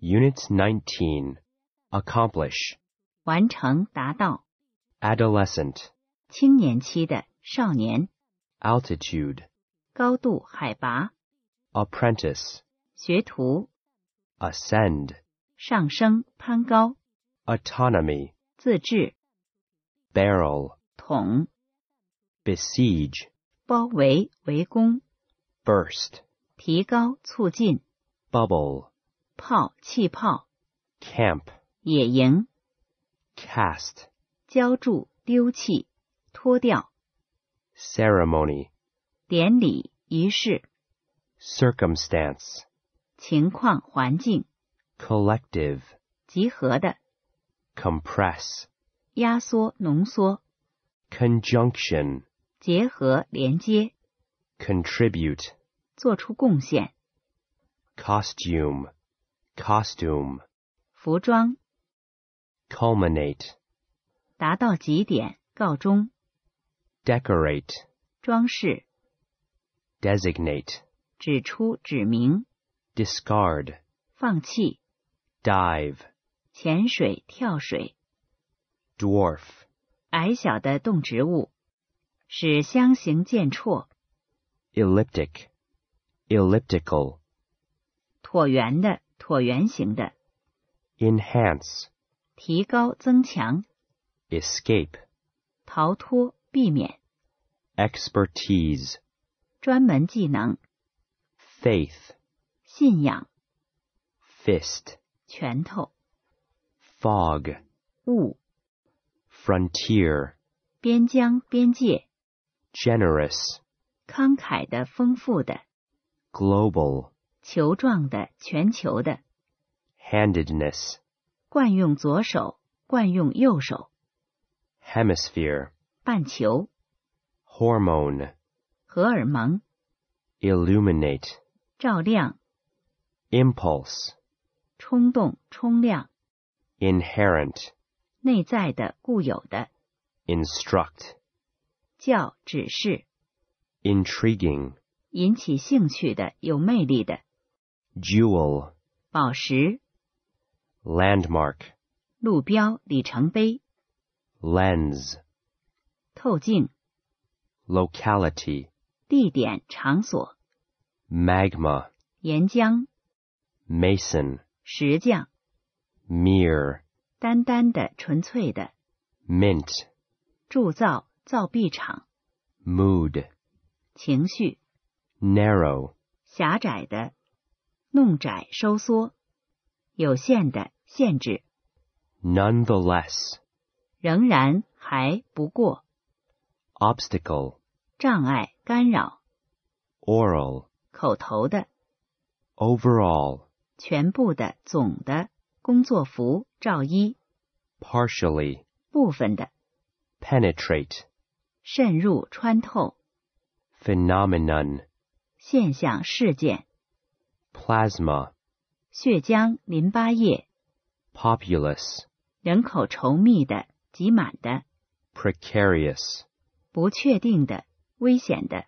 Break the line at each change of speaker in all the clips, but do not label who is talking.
Unit 19 Accomplish
完成、达到、
Adolescent
青年期的少年、
Altitude
高度、海拔、
Apprentice
学徒、
Ascend
上升、攀高、
Autonomy
自治、
Barrel
统、
Besiege
包围、围攻、
Burst
提高、促进、
Bubble
炮、气泡、
Camp
野营、
Cast
浇筑、丢弃、脱掉、
Ceremony
典礼、仪式、
Circumstance
情况、环境、
Collective
集合的、
Compress
压缩、浓缩、
Conjunction
结合、连接、
Contribute
做出贡献。
Costume Costume
服装
Culminate
达到极点，告终。
Decorate
装饰
Designate
指出、指明、
Discard
放弃、
Dive
潜水、跳水、
Dwarf
矮小的动植物，使相形见绌。
Elliptic Elliptical
椭圆的、椭圆形的，
Enhance
提高、增强、
Escape
逃脱、避免、
Expertise
专门技能、
Faith
信仰、
Fist
拳头、
Fog
物、
Frontier
边疆、边界、
Generous
慷慨的、丰富的、
Global
球状的、全球的。
Handedness
惯用左手，惯用右手，
Hemisphere
半球、
Hormone
荷尔蒙、
Illuminate
照亮、
Impulse
冲动、冲量、
Inherent
内在的、固有的、
Instruct
教、指示、
Intriguing
引起兴趣的、有魅力的、
Jewel
宝石、
Landmark
路标、里程碑、
Lens
透镜、
Locality
地点、场所、
Magma
岩浆、
Mason
石匠、
Mere
单单的、纯粹的、
Mint
铸造、造币厂、
Mood
情绪、
Narrow
狭窄的、弄窄、收缩、有限的、限制、
Nonetheless
仍然、还、不过、
Obstacle
障碍、干扰、
Oral
口头的、
Overall
全部的、总的、工作服、罩衣、
Partially
部分的、
Penetrate
渗入、穿透、
Phenomenon
现象、事件、
Plasma
血浆、淋巴液、
Populous
人口稠密的、挤满的、
Precarious
不确定的、危险的、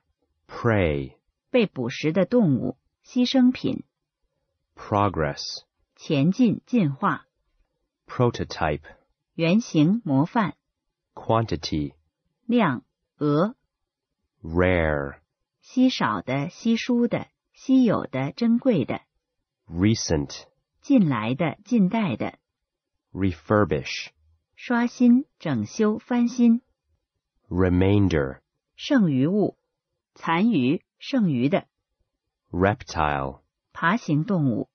Prey
被捕食的动物、牺牲品、
Progress
前进、进化、
Prototype
原型、模范、
Quantity
量、额、
Rare
稀少的、稀疏的、稀有的、珍贵的、
Recent
近来的、近代的、
Refurbish
刷新、整修、翻新、
Remainder
剩余物、残余、剩余的、
Reptile
爬行动物、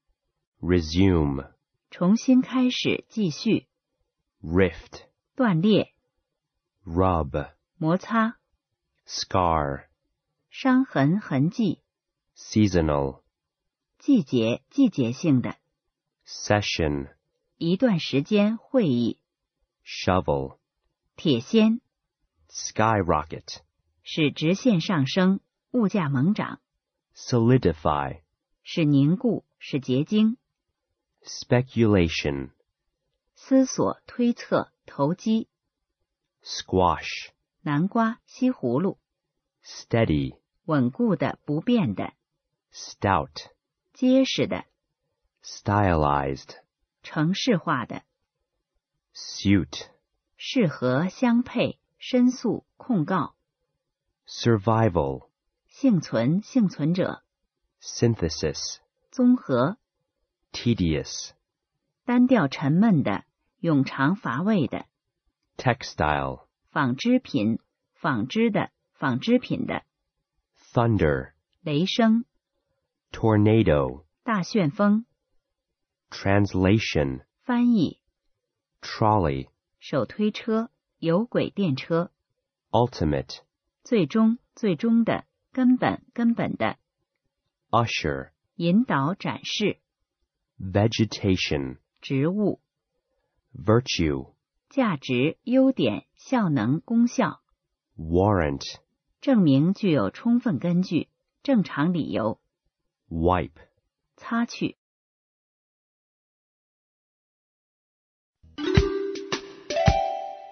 Resume
重新开始、继续、
Rift
断裂、
Rub
摩擦、
Scar
伤痕、痕迹、
Seasonal
季节、季节性的、
Session
一段时间、会议、
Shovel
铁锨，
Skyrocket
使直线上升，物价猛涨，
Solidify
使凝固，使结晶。
Speculation
思索、推测、投机、
Squash
南瓜、西葫芦，
Steady
稳固的、不变的、
Stout
结实的、
stylized,
城市化的，
suit,
适合相配、申诉、控告、
survival,
幸存、幸存者、
synthesis,
综合、
tedious,
单调、沉闷的、冗长、乏味的、
textile,
纺织品、纺织的、纺织品的、
thunder,
雷声、
tornado,
大旋风、
translation,
翻译、
trolley,
手推车、有轨电车、
ultimate,
最终、最终的、根本、根本的、
usher,
引导、展示、
vegetation,
植物、
virtue,
价值、优点、效能、功效，
warrant,
证明具有充分根据、正常理由，
wipe.
擦去。